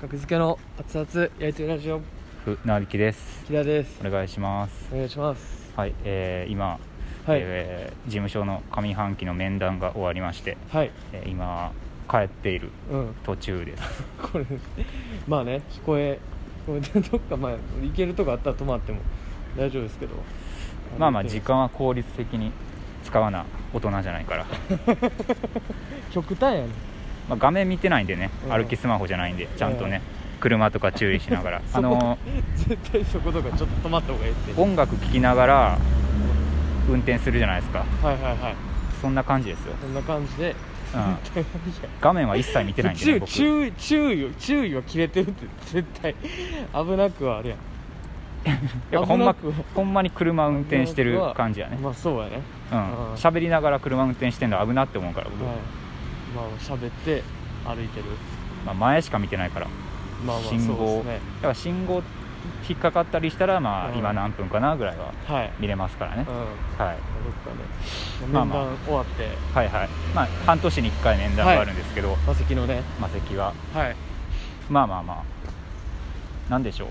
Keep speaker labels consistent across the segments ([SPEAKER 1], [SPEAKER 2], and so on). [SPEAKER 1] 格付けの熱々焼いてるラジオ
[SPEAKER 2] 船引きです
[SPEAKER 1] 木田です
[SPEAKER 2] お願いします
[SPEAKER 1] お願いします
[SPEAKER 2] はい、えー、今、
[SPEAKER 1] はい、
[SPEAKER 2] えー事務所の上半期の面談が終わりまして、
[SPEAKER 1] はい
[SPEAKER 2] えー今帰っている
[SPEAKER 1] うん
[SPEAKER 2] 途中です
[SPEAKER 1] これまあね聞こえ これでどっかまあ行けるとこあったら泊まっても大丈夫ですけど
[SPEAKER 2] まあまあ
[SPEAKER 1] の
[SPEAKER 2] 時間は効率的に使わな大人じゃないから、
[SPEAKER 1] 極端やね
[SPEAKER 2] まあ、画面見てないんでね、
[SPEAKER 1] うん
[SPEAKER 2] 歩きスマホじゃないんでちゃんとね、車とか注意しな がらあの
[SPEAKER 1] 絶対そことか ちょっと泊まった方がいいって
[SPEAKER 2] ー音楽聴きながら運転するじゃないですか
[SPEAKER 1] はいはいはい
[SPEAKER 2] そんな感じですよ、
[SPEAKER 1] こんな感じで
[SPEAKER 2] うん画面は一切見てないんで、ね、
[SPEAKER 1] 注
[SPEAKER 2] 僕
[SPEAKER 1] 注意注意を注意は切れてるって絶対危なくはあれやん
[SPEAKER 2] やっぱほんま
[SPEAKER 1] 危なく
[SPEAKER 2] ほんまに車運転してる感じやね
[SPEAKER 1] まあそうやね、
[SPEAKER 2] うん
[SPEAKER 1] うん
[SPEAKER 2] 喋りながら車運転してんの危なって思うから僕、
[SPEAKER 1] はいまあ喋って歩いてる
[SPEAKER 2] まあ、前しか見てないから
[SPEAKER 1] まあまあそう
[SPEAKER 2] 信
[SPEAKER 1] です
[SPEAKER 2] 号、
[SPEAKER 1] ね
[SPEAKER 2] だから信号引っかかったりしたらまあ、
[SPEAKER 1] うん
[SPEAKER 2] 今何分かなぐらいは
[SPEAKER 1] はい
[SPEAKER 2] 見れますからね
[SPEAKER 1] う、ん
[SPEAKER 2] はい、
[SPEAKER 1] どっかね面
[SPEAKER 2] まあ
[SPEAKER 1] 談
[SPEAKER 2] まあ
[SPEAKER 1] 終わって
[SPEAKER 2] はいはいまあ半年に1回面談があるんですけど、
[SPEAKER 1] マセキのね
[SPEAKER 2] マセキは
[SPEAKER 1] はい
[SPEAKER 2] まあまあまあなんでしょう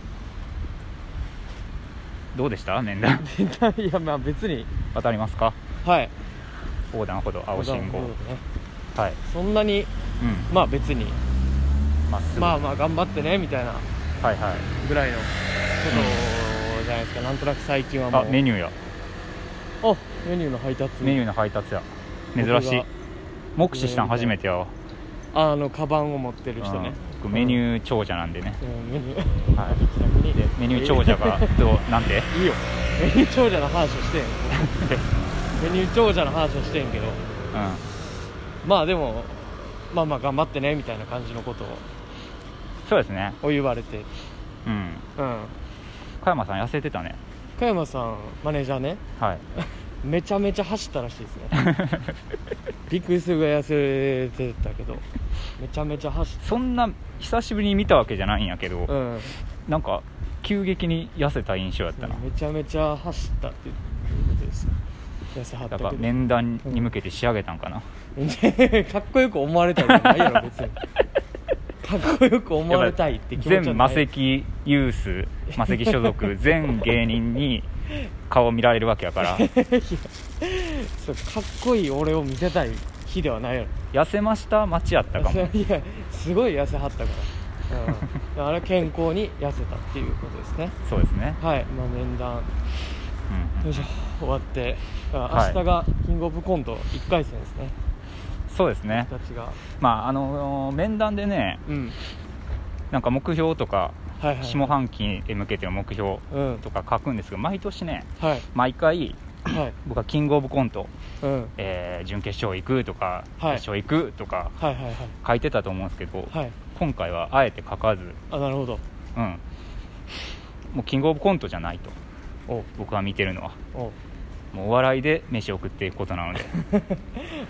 [SPEAKER 2] どうでした面談
[SPEAKER 1] いやまあ別に
[SPEAKER 2] 渡りますか
[SPEAKER 1] はい
[SPEAKER 2] 横断歩道青信号
[SPEAKER 1] 横断歩道ね
[SPEAKER 2] はい
[SPEAKER 1] そんなに
[SPEAKER 2] う
[SPEAKER 1] まあ別に
[SPEAKER 2] んまっすぐ、
[SPEAKER 1] まあまあ頑張ってねみたいな
[SPEAKER 2] はいはい
[SPEAKER 1] ぐらいのことじゃないですかなんとなく最近はもう
[SPEAKER 2] あメニューや
[SPEAKER 1] あメニューの配達
[SPEAKER 2] メニューの配達や珍しい
[SPEAKER 1] 僕
[SPEAKER 2] 目視したん初めてやわ
[SPEAKER 1] があのカバンを持ってる人ね
[SPEAKER 2] うん僕メニュー長者なんでね、
[SPEAKER 1] うんメニュー
[SPEAKER 2] は
[SPEAKER 1] ちなみに
[SPEAKER 2] い、メニュー長者がどうなん で
[SPEAKER 1] いいよメニュー長者の話をして んメニュー長者の話をしてんけど
[SPEAKER 2] うん
[SPEAKER 1] まあでもまあまあ頑張ってねみたいな感じのこと
[SPEAKER 2] そうですね
[SPEAKER 1] を言われて
[SPEAKER 2] うん
[SPEAKER 1] うん
[SPEAKER 2] 加山さん痩せてたね
[SPEAKER 1] 加山さんマネージャーね
[SPEAKER 2] はい
[SPEAKER 1] めちゃめちゃ走ったらしいですね びっくりするぐらい痩せてたけどめちゃめちゃ走っ
[SPEAKER 2] そんな久しぶりに見たわけじゃないんやけど、
[SPEAKER 1] たうん
[SPEAKER 2] なんか急激に痩せた印象やったな、
[SPEAKER 1] めちゃめちゃ走ったっていうことですよ痩せはっ
[SPEAKER 2] や
[SPEAKER 1] た
[SPEAKER 2] っ
[SPEAKER 1] けど
[SPEAKER 2] ぱ面談に向けて仕上げたんかな、
[SPEAKER 1] かっこよく思われたいじゃないやろ別 にかっこよく思われたいって気持ちはない
[SPEAKER 2] 全マセキユー スマセキ所属全芸人に顔見られるわけやから
[SPEAKER 1] そうかっこいい俺を見せたい日ではないやろ
[SPEAKER 2] 痩せました町やったかも
[SPEAKER 1] いやすごい痩せはったか ら、うん、だから健康に痩せたっていうことですね
[SPEAKER 2] そうですね、
[SPEAKER 1] はい、まあ、面談
[SPEAKER 2] うん
[SPEAKER 1] よいしょ終わってあ
[SPEAKER 2] はい
[SPEAKER 1] 明日がキングオブコント1回戦ですね、
[SPEAKER 2] そうですね
[SPEAKER 1] 僕たちが
[SPEAKER 2] まああの面談でね
[SPEAKER 1] うん
[SPEAKER 2] なんか目標とか
[SPEAKER 1] はいはい
[SPEAKER 2] 下半期へ向けての目標
[SPEAKER 1] うん
[SPEAKER 2] とか書くんですけど毎年ね
[SPEAKER 1] はい
[SPEAKER 2] 毎回
[SPEAKER 1] はい
[SPEAKER 2] 僕はキングオブコント、
[SPEAKER 1] うん
[SPEAKER 2] えー準決勝行くとか、
[SPEAKER 1] はい
[SPEAKER 2] 決勝行くとか
[SPEAKER 1] はいはいはい
[SPEAKER 2] 書いてたと思うんですけど、
[SPEAKER 1] はい
[SPEAKER 2] 今回はあえて書かず、
[SPEAKER 1] あなるほど
[SPEAKER 2] うん、もうキングオブコントじゃないと
[SPEAKER 1] お
[SPEAKER 2] 僕は見てるのは
[SPEAKER 1] お
[SPEAKER 2] もうお笑いで飯を食っていくことな ので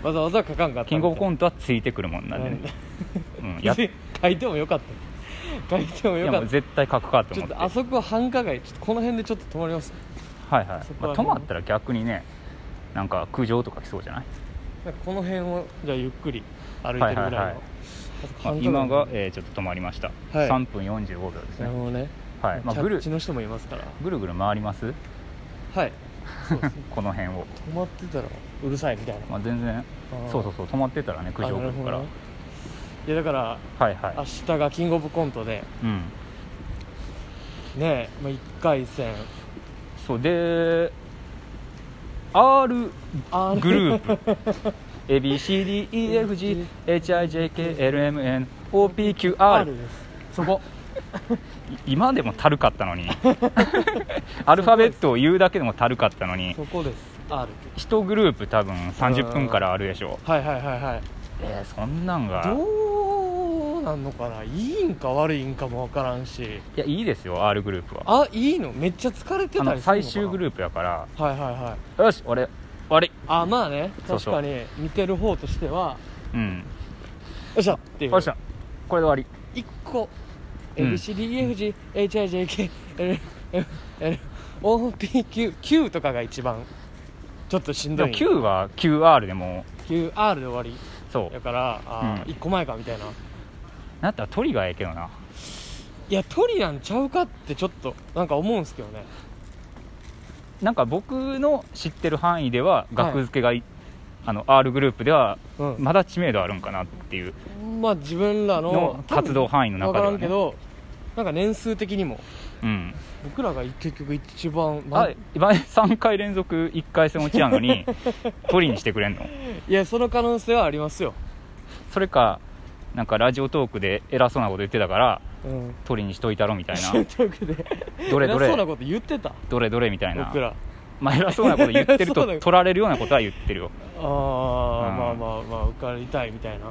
[SPEAKER 1] わざわざ書かんかった
[SPEAKER 2] キングオブコ
[SPEAKER 1] ン
[SPEAKER 2] ントはついてくるもんなんでね、 うん、や
[SPEAKER 1] や
[SPEAKER 2] っい
[SPEAKER 1] 書いてもよかった書いてもよ
[SPEAKER 2] や
[SPEAKER 1] か
[SPEAKER 2] も
[SPEAKER 1] っ
[SPEAKER 2] う
[SPEAKER 1] た
[SPEAKER 2] 絶対書くかと
[SPEAKER 1] ちょっ
[SPEAKER 2] 思って
[SPEAKER 1] とあそこは繁華街ちょっとこの辺でちょっと止まります
[SPEAKER 2] はいはい
[SPEAKER 1] そ、こ
[SPEAKER 2] ま
[SPEAKER 1] は
[SPEAKER 2] あ、
[SPEAKER 1] ね
[SPEAKER 2] 止まったら逆にねなんか苦情とか来そうじゃない、
[SPEAKER 1] なんかこの辺をじゃあゆっくり歩いてるぐらいの、
[SPEAKER 2] はいはいはいまあ
[SPEAKER 1] 繁華街
[SPEAKER 2] 今が、えーちょっと止まりました、
[SPEAKER 1] はい
[SPEAKER 2] 3分45秒です
[SPEAKER 1] なる
[SPEAKER 2] ね
[SPEAKER 1] ほどね、
[SPEAKER 2] はい、まあ、
[SPEAKER 1] キャ
[SPEAKER 2] ぐ
[SPEAKER 1] ッ
[SPEAKER 2] る
[SPEAKER 1] チの人もいますから
[SPEAKER 2] ぐるぐる回ります
[SPEAKER 1] はいそうです ね
[SPEAKER 2] この辺を、
[SPEAKER 1] 止まってたらうるさいみたいな
[SPEAKER 2] まあ、全然
[SPEAKER 1] ー
[SPEAKER 2] そうそうそう止まってたらね苦情来るか
[SPEAKER 1] あな
[SPEAKER 2] ら
[SPEAKER 1] ほどねいやだから
[SPEAKER 2] はいはい
[SPEAKER 1] 明日がキングオブコントで
[SPEAKER 2] うん
[SPEAKER 1] ねまあ、1回戦
[SPEAKER 2] そうで R
[SPEAKER 1] あ
[SPEAKER 2] グループ ABCDEFGHIJKLMNOPQR
[SPEAKER 1] です そこ
[SPEAKER 2] 今でもたるかった のにアルファベットを言うだけでもたるかったのに
[SPEAKER 1] そこです R
[SPEAKER 2] 1グループ多分30分からあるでしょ
[SPEAKER 1] はいはいはいはい
[SPEAKER 2] えーそんなんが
[SPEAKER 1] どうなんのかないいんか悪いんかも分からんし
[SPEAKER 2] いやいいですよ R グループは
[SPEAKER 1] あいいのめっちゃ疲れて
[SPEAKER 2] あ
[SPEAKER 1] た
[SPEAKER 2] の
[SPEAKER 1] りするのかな
[SPEAKER 2] 最終グループやから
[SPEAKER 1] ープはいはいはい
[SPEAKER 2] よし俺悪い
[SPEAKER 1] あまあね
[SPEAKER 2] そう
[SPEAKER 1] 確
[SPEAKER 2] そう
[SPEAKER 1] かに見てる方としては
[SPEAKER 2] うん
[SPEAKER 1] よっしゃっていう
[SPEAKER 2] よっしゃこれで終わ
[SPEAKER 1] 1個
[SPEAKER 2] うん
[SPEAKER 1] ABCDEFGHIJKLMNOPQQ とかが一番ちょっとしん
[SPEAKER 2] り
[SPEAKER 1] ど
[SPEAKER 2] で
[SPEAKER 1] い
[SPEAKER 2] も Q は QR でも
[SPEAKER 1] QR で終わり
[SPEAKER 2] そ
[SPEAKER 1] だ
[SPEAKER 2] う
[SPEAKER 1] からあ
[SPEAKER 2] うん
[SPEAKER 1] 1個前かみたいな
[SPEAKER 2] だったらトリガーやけどない
[SPEAKER 1] やトリなんちゃうかってちょっとなんか思うんすけどね
[SPEAKER 2] なんか僕の知ってる範囲では
[SPEAKER 1] はい
[SPEAKER 2] 額付けが、い、あの R グループでは
[SPEAKER 1] うん
[SPEAKER 2] まだ知名度あるんかなっていう
[SPEAKER 1] まあ自分らの
[SPEAKER 2] の活動範囲の
[SPEAKER 1] 分か
[SPEAKER 2] 中で
[SPEAKER 1] ら
[SPEAKER 2] は、
[SPEAKER 1] んけ
[SPEAKER 2] ね、
[SPEAKER 1] どなんか年数的にも
[SPEAKER 2] うん
[SPEAKER 1] 僕らが結局一番な
[SPEAKER 2] あ
[SPEAKER 1] ん
[SPEAKER 2] 3回連続1回戦落ちや のに取りにしてくれんの
[SPEAKER 1] いやその可能性はありますよ、
[SPEAKER 2] それかなんかラジオトークで偉そうなこと言ってたから
[SPEAKER 1] うん、
[SPEAKER 2] 取りにしといたろみたいな
[SPEAKER 1] トークで
[SPEAKER 2] どれど
[SPEAKER 1] 偉そうな
[SPEAKER 2] れ
[SPEAKER 1] こと言ってた
[SPEAKER 2] どれどれみたいな
[SPEAKER 1] 僕ら
[SPEAKER 2] まあ偉そうなこと言ってる
[SPEAKER 1] 偉そ
[SPEAKER 2] と
[SPEAKER 1] うな
[SPEAKER 2] 取られるようなことは言ってる よ
[SPEAKER 1] ああ、
[SPEAKER 2] うん
[SPEAKER 1] まあまあまあ受かりたいみたいな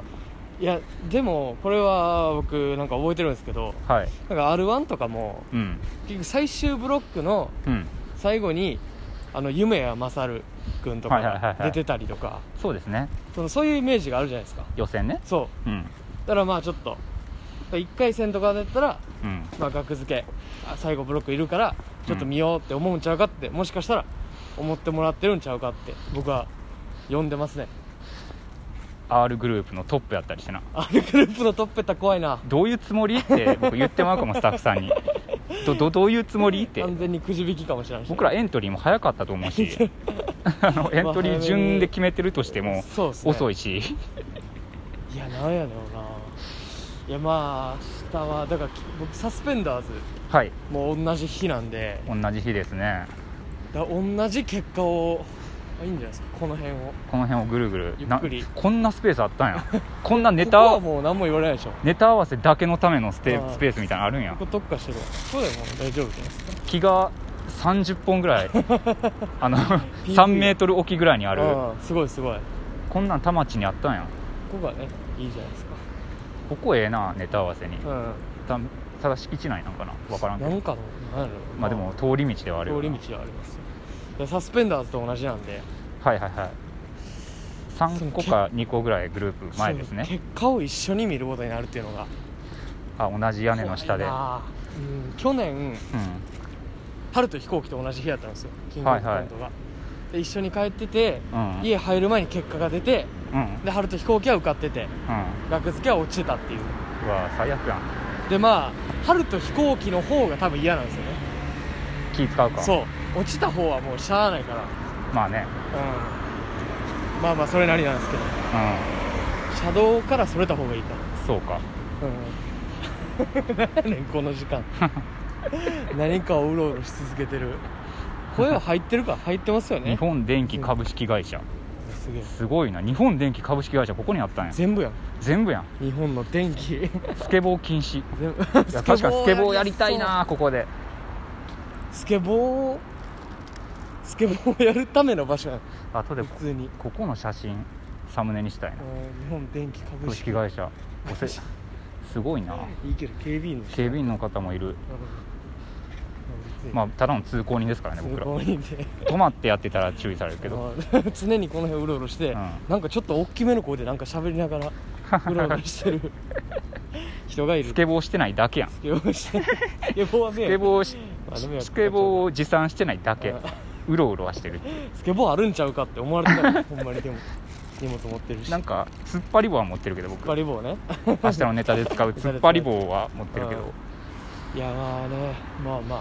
[SPEAKER 1] いやでもこれは僕なんか覚えてるんですけど
[SPEAKER 2] はい
[SPEAKER 1] なんか r 1とかも
[SPEAKER 2] うん
[SPEAKER 1] 結局最終ブロックの
[SPEAKER 2] うん
[SPEAKER 1] 最後にあの夢や勝君とか
[SPEAKER 2] はいはいはい
[SPEAKER 1] が
[SPEAKER 2] はい
[SPEAKER 1] 出てたりとか
[SPEAKER 2] そうですね
[SPEAKER 1] そのそういうイメージがあるじゃないですか
[SPEAKER 2] 予選ね
[SPEAKER 1] そう
[SPEAKER 2] うん
[SPEAKER 1] だからまあちょっと1回戦とかだったら、
[SPEAKER 2] うん
[SPEAKER 1] まあ、額付けあ最後ブロックいるからちょっと見ようって思うんちゃうかって、もしかしたら思ってもらってるんちゃうかって僕は呼んでますね
[SPEAKER 2] R グループのトップやったりしてな
[SPEAKER 1] あのグループのトップやったら怖いな
[SPEAKER 2] どういうつもりって僕言ってもらうかもスタッフさんにどどどういうつもりって
[SPEAKER 1] 完全にくじ引きかもしれないし
[SPEAKER 2] 僕らエントリーも早かったと思うし あのエントリー順で決めてるとしても
[SPEAKER 1] そうっすね
[SPEAKER 2] 遅いし
[SPEAKER 1] いやなんやろうないやまあ明日はだからき僕サスペンダーズ
[SPEAKER 2] はい
[SPEAKER 1] も同じ日なんで
[SPEAKER 2] 同じ日ですね
[SPEAKER 1] だ同じ結果をあいいんじゃないですかこの辺を
[SPEAKER 2] この辺をぐるぐる
[SPEAKER 1] ゆっくり
[SPEAKER 2] なこんなスペースあったんやこんなネ
[SPEAKER 1] ここは
[SPEAKER 2] タ
[SPEAKER 1] もう何も言われないでしょ
[SPEAKER 2] ネタ合わせだけのためのステ
[SPEAKER 1] あー
[SPEAKER 2] スペースみたいなのあるんや
[SPEAKER 1] ここ特化してるわここでもう大丈夫じゃないですか
[SPEAKER 2] 木が30本 ぐらいあの
[SPEAKER 1] PV
[SPEAKER 2] 3メートル置きぐらいにある
[SPEAKER 1] あすごいすごい
[SPEAKER 2] こんなん田町にあったんや
[SPEAKER 1] ここがねいいじゃないですか
[SPEAKER 2] ここええなネタ合わせに
[SPEAKER 1] う
[SPEAKER 2] たただ敷地内なんかな分からん
[SPEAKER 1] ん
[SPEAKER 2] け
[SPEAKER 1] な
[SPEAKER 2] ど
[SPEAKER 1] んかのなんやろ
[SPEAKER 2] まあでも通り道ではあるよ
[SPEAKER 1] 通
[SPEAKER 2] な
[SPEAKER 1] り道はありますよでサスペンダーズと同じなんで
[SPEAKER 2] はいはいはい3個か2個ぐらいグループ前です
[SPEAKER 1] そ
[SPEAKER 2] ね
[SPEAKER 1] の結果を一緒に見ることになるっていうのが
[SPEAKER 2] あ同じ屋根の下で、うん、は
[SPEAKER 1] 怖いなうん去年春と飛行機と同じ日やったんですよキングオブコントが、で一緒に帰ってて、
[SPEAKER 2] うん
[SPEAKER 1] 家入る前に結果が出て
[SPEAKER 2] いうん
[SPEAKER 1] で春と飛行機は受かってて
[SPEAKER 2] うん
[SPEAKER 1] 楽付けは落ちてたっていう
[SPEAKER 2] うわ最悪やん
[SPEAKER 1] でまあ春と飛行機の方が多分嫌なんですよね
[SPEAKER 2] 気使うか
[SPEAKER 1] そう落ちた方はもうしゃあないからう
[SPEAKER 2] まあね
[SPEAKER 1] んまあまあそれなりなんですけど
[SPEAKER 2] う
[SPEAKER 1] 車道からそれた方がいいか
[SPEAKER 2] んそうから
[SPEAKER 1] うん 何やねんこの時 間何かをうろうろし続けてる声は入ってるか入ってますよね
[SPEAKER 2] 日本電機株式会社
[SPEAKER 1] すげえ
[SPEAKER 2] すごいな日本電機株式会社ここにあったんや
[SPEAKER 1] 全部やん
[SPEAKER 2] 全部やん
[SPEAKER 1] 日本の電 気
[SPEAKER 2] スケボー禁止い
[SPEAKER 1] 全部
[SPEAKER 2] や確かにスケボーやりたいなここで
[SPEAKER 1] スケボースケボーやるための場所やん
[SPEAKER 2] 後でこ
[SPEAKER 1] 普通に、
[SPEAKER 2] ここの写真サムネにしたいな
[SPEAKER 1] うん日本電気株
[SPEAKER 2] 株
[SPEAKER 1] 式
[SPEAKER 2] 式
[SPEAKER 1] 会
[SPEAKER 2] 会社おせすごいな
[SPEAKER 1] 社いいけど警備員の
[SPEAKER 2] 警備員の方もいるまあただの通行人ですからね
[SPEAKER 1] あ
[SPEAKER 2] 僕
[SPEAKER 1] 僕
[SPEAKER 2] ら
[SPEAKER 1] らすごいね
[SPEAKER 2] 止まってやってたら注意されるけど
[SPEAKER 1] あー 常にこの辺うろうろして、
[SPEAKER 2] うん
[SPEAKER 1] なんかちょっと大きめの声でなんか喋りなが らうろうろしてる人がいる
[SPEAKER 2] スケボーしてないだけやんス
[SPEAKER 1] スケボーしてスケボーはね
[SPEAKER 2] ケボーし
[SPEAKER 1] あでもやっぱ
[SPEAKER 2] スケボーを持参してないだけ
[SPEAKER 1] あ
[SPEAKER 2] うろうろはしてる
[SPEAKER 1] スケボーあるんちゃうかって思われてたからほんまにでも荷物持ってるし
[SPEAKER 2] なんか突っ張り棒は持ってるけど僕
[SPEAKER 1] バリボーね
[SPEAKER 2] 明日のネタで 使う突っ張り棒は持ってるけど
[SPEAKER 1] いやまあねまあまあ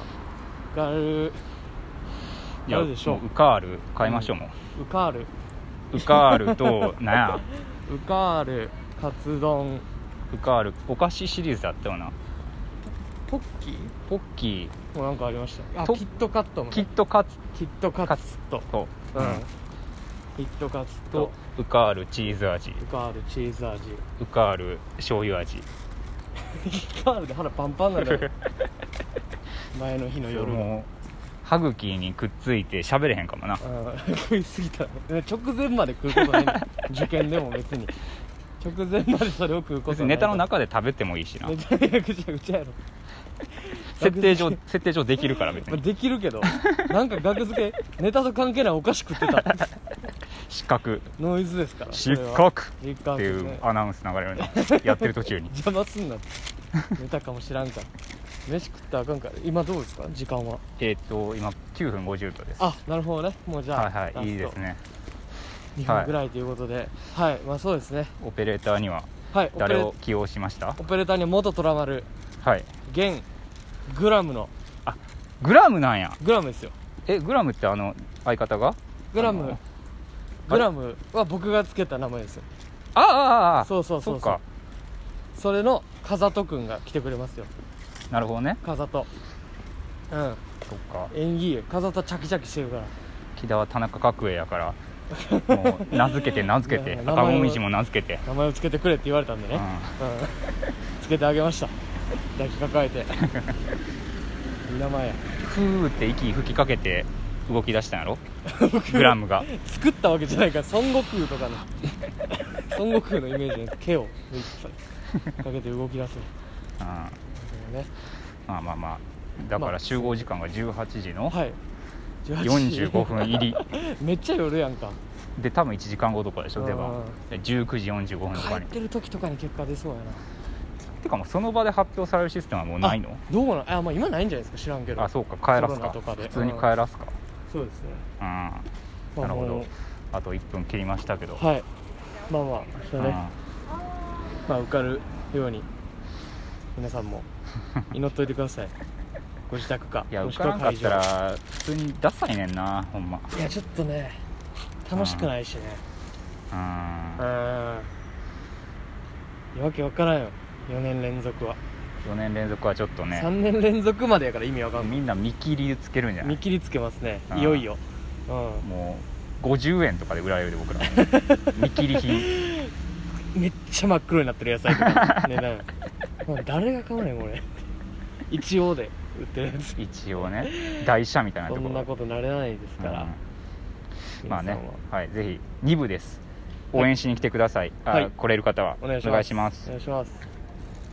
[SPEAKER 1] ガル
[SPEAKER 2] い
[SPEAKER 1] や
[SPEAKER 2] や
[SPEAKER 1] るでしょ
[SPEAKER 2] もうウカール買いましょうも
[SPEAKER 1] ウカール
[SPEAKER 2] うウカールとなんや
[SPEAKER 1] ウカールカツ丼
[SPEAKER 2] ウカールお菓子シリーズだったよな
[SPEAKER 1] ポッキー
[SPEAKER 2] ポッキ
[SPEAKER 1] もうなんかありましたあ
[SPEAKER 2] と
[SPEAKER 1] キットカットもね
[SPEAKER 2] ーキットカツ
[SPEAKER 1] キットカツと
[SPEAKER 2] と
[SPEAKER 1] う
[SPEAKER 2] うんん
[SPEAKER 1] キットカツと
[SPEAKER 2] とウカールチーズ味
[SPEAKER 1] ウカールチーズ味
[SPEAKER 2] ウカール醤油味
[SPEAKER 1] ウカールで腹パンパンなん だよ前の日の夜も
[SPEAKER 2] もう歯茎にくっついて喋れへんかもな
[SPEAKER 1] 食いすぎたね直前まで食うことないん だよ受験でも別に直前までそれを食うこと
[SPEAKER 2] 別
[SPEAKER 1] は
[SPEAKER 2] に
[SPEAKER 1] な
[SPEAKER 2] ネ
[SPEAKER 1] いんだ
[SPEAKER 2] タの中で食べてもいいしな
[SPEAKER 1] ネタの中じゃうちゃやろ
[SPEAKER 2] 設定上設定上できるから 別
[SPEAKER 1] まあ
[SPEAKER 2] に
[SPEAKER 1] できるけどなんか額付けネタと関係ないお菓子食ってた
[SPEAKER 2] 失格
[SPEAKER 1] ノイズですから
[SPEAKER 2] 失
[SPEAKER 1] それは
[SPEAKER 2] 格
[SPEAKER 1] 失格っ
[SPEAKER 2] っ
[SPEAKER 1] てて
[SPEAKER 2] い
[SPEAKER 1] いう
[SPEAKER 2] うアナウンス流れ るのやってる途中に
[SPEAKER 1] 邪魔すんなネタかもしらんから飯食ったらあかんから今どうですか時間は
[SPEAKER 2] えーっと今9分50秒です
[SPEAKER 1] あなるほどねもうじゃあ、
[SPEAKER 2] はいはいいいですね
[SPEAKER 1] 2分ぐらいということではい、まあそうですね
[SPEAKER 2] オペレーターには
[SPEAKER 1] はいオペ
[SPEAKER 2] 誰
[SPEAKER 1] レ
[SPEAKER 2] を起用しました
[SPEAKER 1] オペレーターには元虎丸
[SPEAKER 2] はい
[SPEAKER 1] 現グラムの
[SPEAKER 2] グラムなんや
[SPEAKER 1] グラムですよ
[SPEAKER 2] えグラムってあの相方が
[SPEAKER 1] グラ
[SPEAKER 2] あの
[SPEAKER 1] ム
[SPEAKER 2] あ
[SPEAKER 1] グラムは僕がつけた名前ですよ
[SPEAKER 2] ああああ
[SPEAKER 1] そうそうそう
[SPEAKER 2] っ
[SPEAKER 1] そう
[SPEAKER 2] か
[SPEAKER 1] それの風戸くんが来てくれますよ
[SPEAKER 2] なるほどね
[SPEAKER 1] 風戸うん
[SPEAKER 2] そっか
[SPEAKER 1] 演技いいよ風戸チャキチャキしてるから
[SPEAKER 2] 木田は田中角栄 やからもう名付けて名付け
[SPEAKER 1] い
[SPEAKER 2] て
[SPEAKER 1] や名前
[SPEAKER 2] 赤
[SPEAKER 1] を
[SPEAKER 2] もみじも名付けて、
[SPEAKER 1] 名前をつけてくれって言われたんで
[SPEAKER 2] う
[SPEAKER 1] ね、
[SPEAKER 2] ん、
[SPEAKER 1] うん、つけてあげました抱きかかえ ていい名前や
[SPEAKER 2] ふーって息吹きかけて動き出したんやろグラムが
[SPEAKER 1] 作ったわけじゃないから孫悟空とかの孫悟空のイメージで毛を抜いてさかけて動き出す
[SPEAKER 2] うん
[SPEAKER 1] のね
[SPEAKER 2] まあまあまあだか
[SPEAKER 1] まあ
[SPEAKER 2] ら集合時間が18時の
[SPEAKER 1] はい18時
[SPEAKER 2] 45分入り
[SPEAKER 1] めっちゃ夜やんか
[SPEAKER 2] で多分1時間後とかでしょ出番
[SPEAKER 1] う
[SPEAKER 2] で19時45分と
[SPEAKER 1] 帰
[SPEAKER 2] か
[SPEAKER 1] っ
[SPEAKER 2] に
[SPEAKER 1] てる時とかに結果出そうやな
[SPEAKER 2] てかもうその場で発表されるシステムはもうないの
[SPEAKER 1] どうなのあ、まあ、今ないんじゃないですか知らんけど
[SPEAKER 2] あそうか帰らす
[SPEAKER 1] コロナ
[SPEAKER 2] か
[SPEAKER 1] とかで
[SPEAKER 2] 普通に帰らすか
[SPEAKER 1] そうですね、
[SPEAKER 2] うん
[SPEAKER 1] まあ
[SPEAKER 2] なるほ
[SPEAKER 1] も
[SPEAKER 2] ど
[SPEAKER 1] う
[SPEAKER 2] あと1分切りましたけど
[SPEAKER 1] はいまあまあそれね、
[SPEAKER 2] う
[SPEAKER 1] まあ受かるように皆さん も祈っといてくださいご自宅か
[SPEAKER 2] んいや
[SPEAKER 1] も
[SPEAKER 2] 受
[SPEAKER 1] し
[SPEAKER 2] か
[SPEAKER 1] くは
[SPEAKER 2] らんかっ
[SPEAKER 1] 会
[SPEAKER 2] た
[SPEAKER 1] 場
[SPEAKER 2] ら普通にダサいねんなほんま
[SPEAKER 1] いやちょっとね楽しくないしねう
[SPEAKER 2] うん
[SPEAKER 1] んわけわからんよ4年連続は、
[SPEAKER 2] 4年連続はちょっと
[SPEAKER 1] 3
[SPEAKER 2] ね
[SPEAKER 1] 年連続までやから意味わかんな
[SPEAKER 2] みんな見切りつけるんじゃ
[SPEAKER 1] い
[SPEAKER 2] な
[SPEAKER 1] 見
[SPEAKER 2] い
[SPEAKER 1] 切りつけますね
[SPEAKER 2] うん
[SPEAKER 1] いよいようん
[SPEAKER 2] もう50円とかで売られるで僕ら 見切り品
[SPEAKER 1] めっちゃ真っ黒になってる野菜とか値 段もう誰が買うねんこれ一応で売ってるやつ
[SPEAKER 2] 一応ね台車みたいなと
[SPEAKER 1] そ
[SPEAKER 2] ころ
[SPEAKER 1] んなことなれないですから、
[SPEAKER 2] うんまあ
[SPEAKER 1] 皆
[SPEAKER 2] ね
[SPEAKER 1] さんは
[SPEAKER 2] はいぜひ2部です応援しに来てください、
[SPEAKER 1] は
[SPEAKER 2] あ
[SPEAKER 1] い
[SPEAKER 2] 来れる方は
[SPEAKER 1] お願いします
[SPEAKER 2] お願いします
[SPEAKER 1] お願いします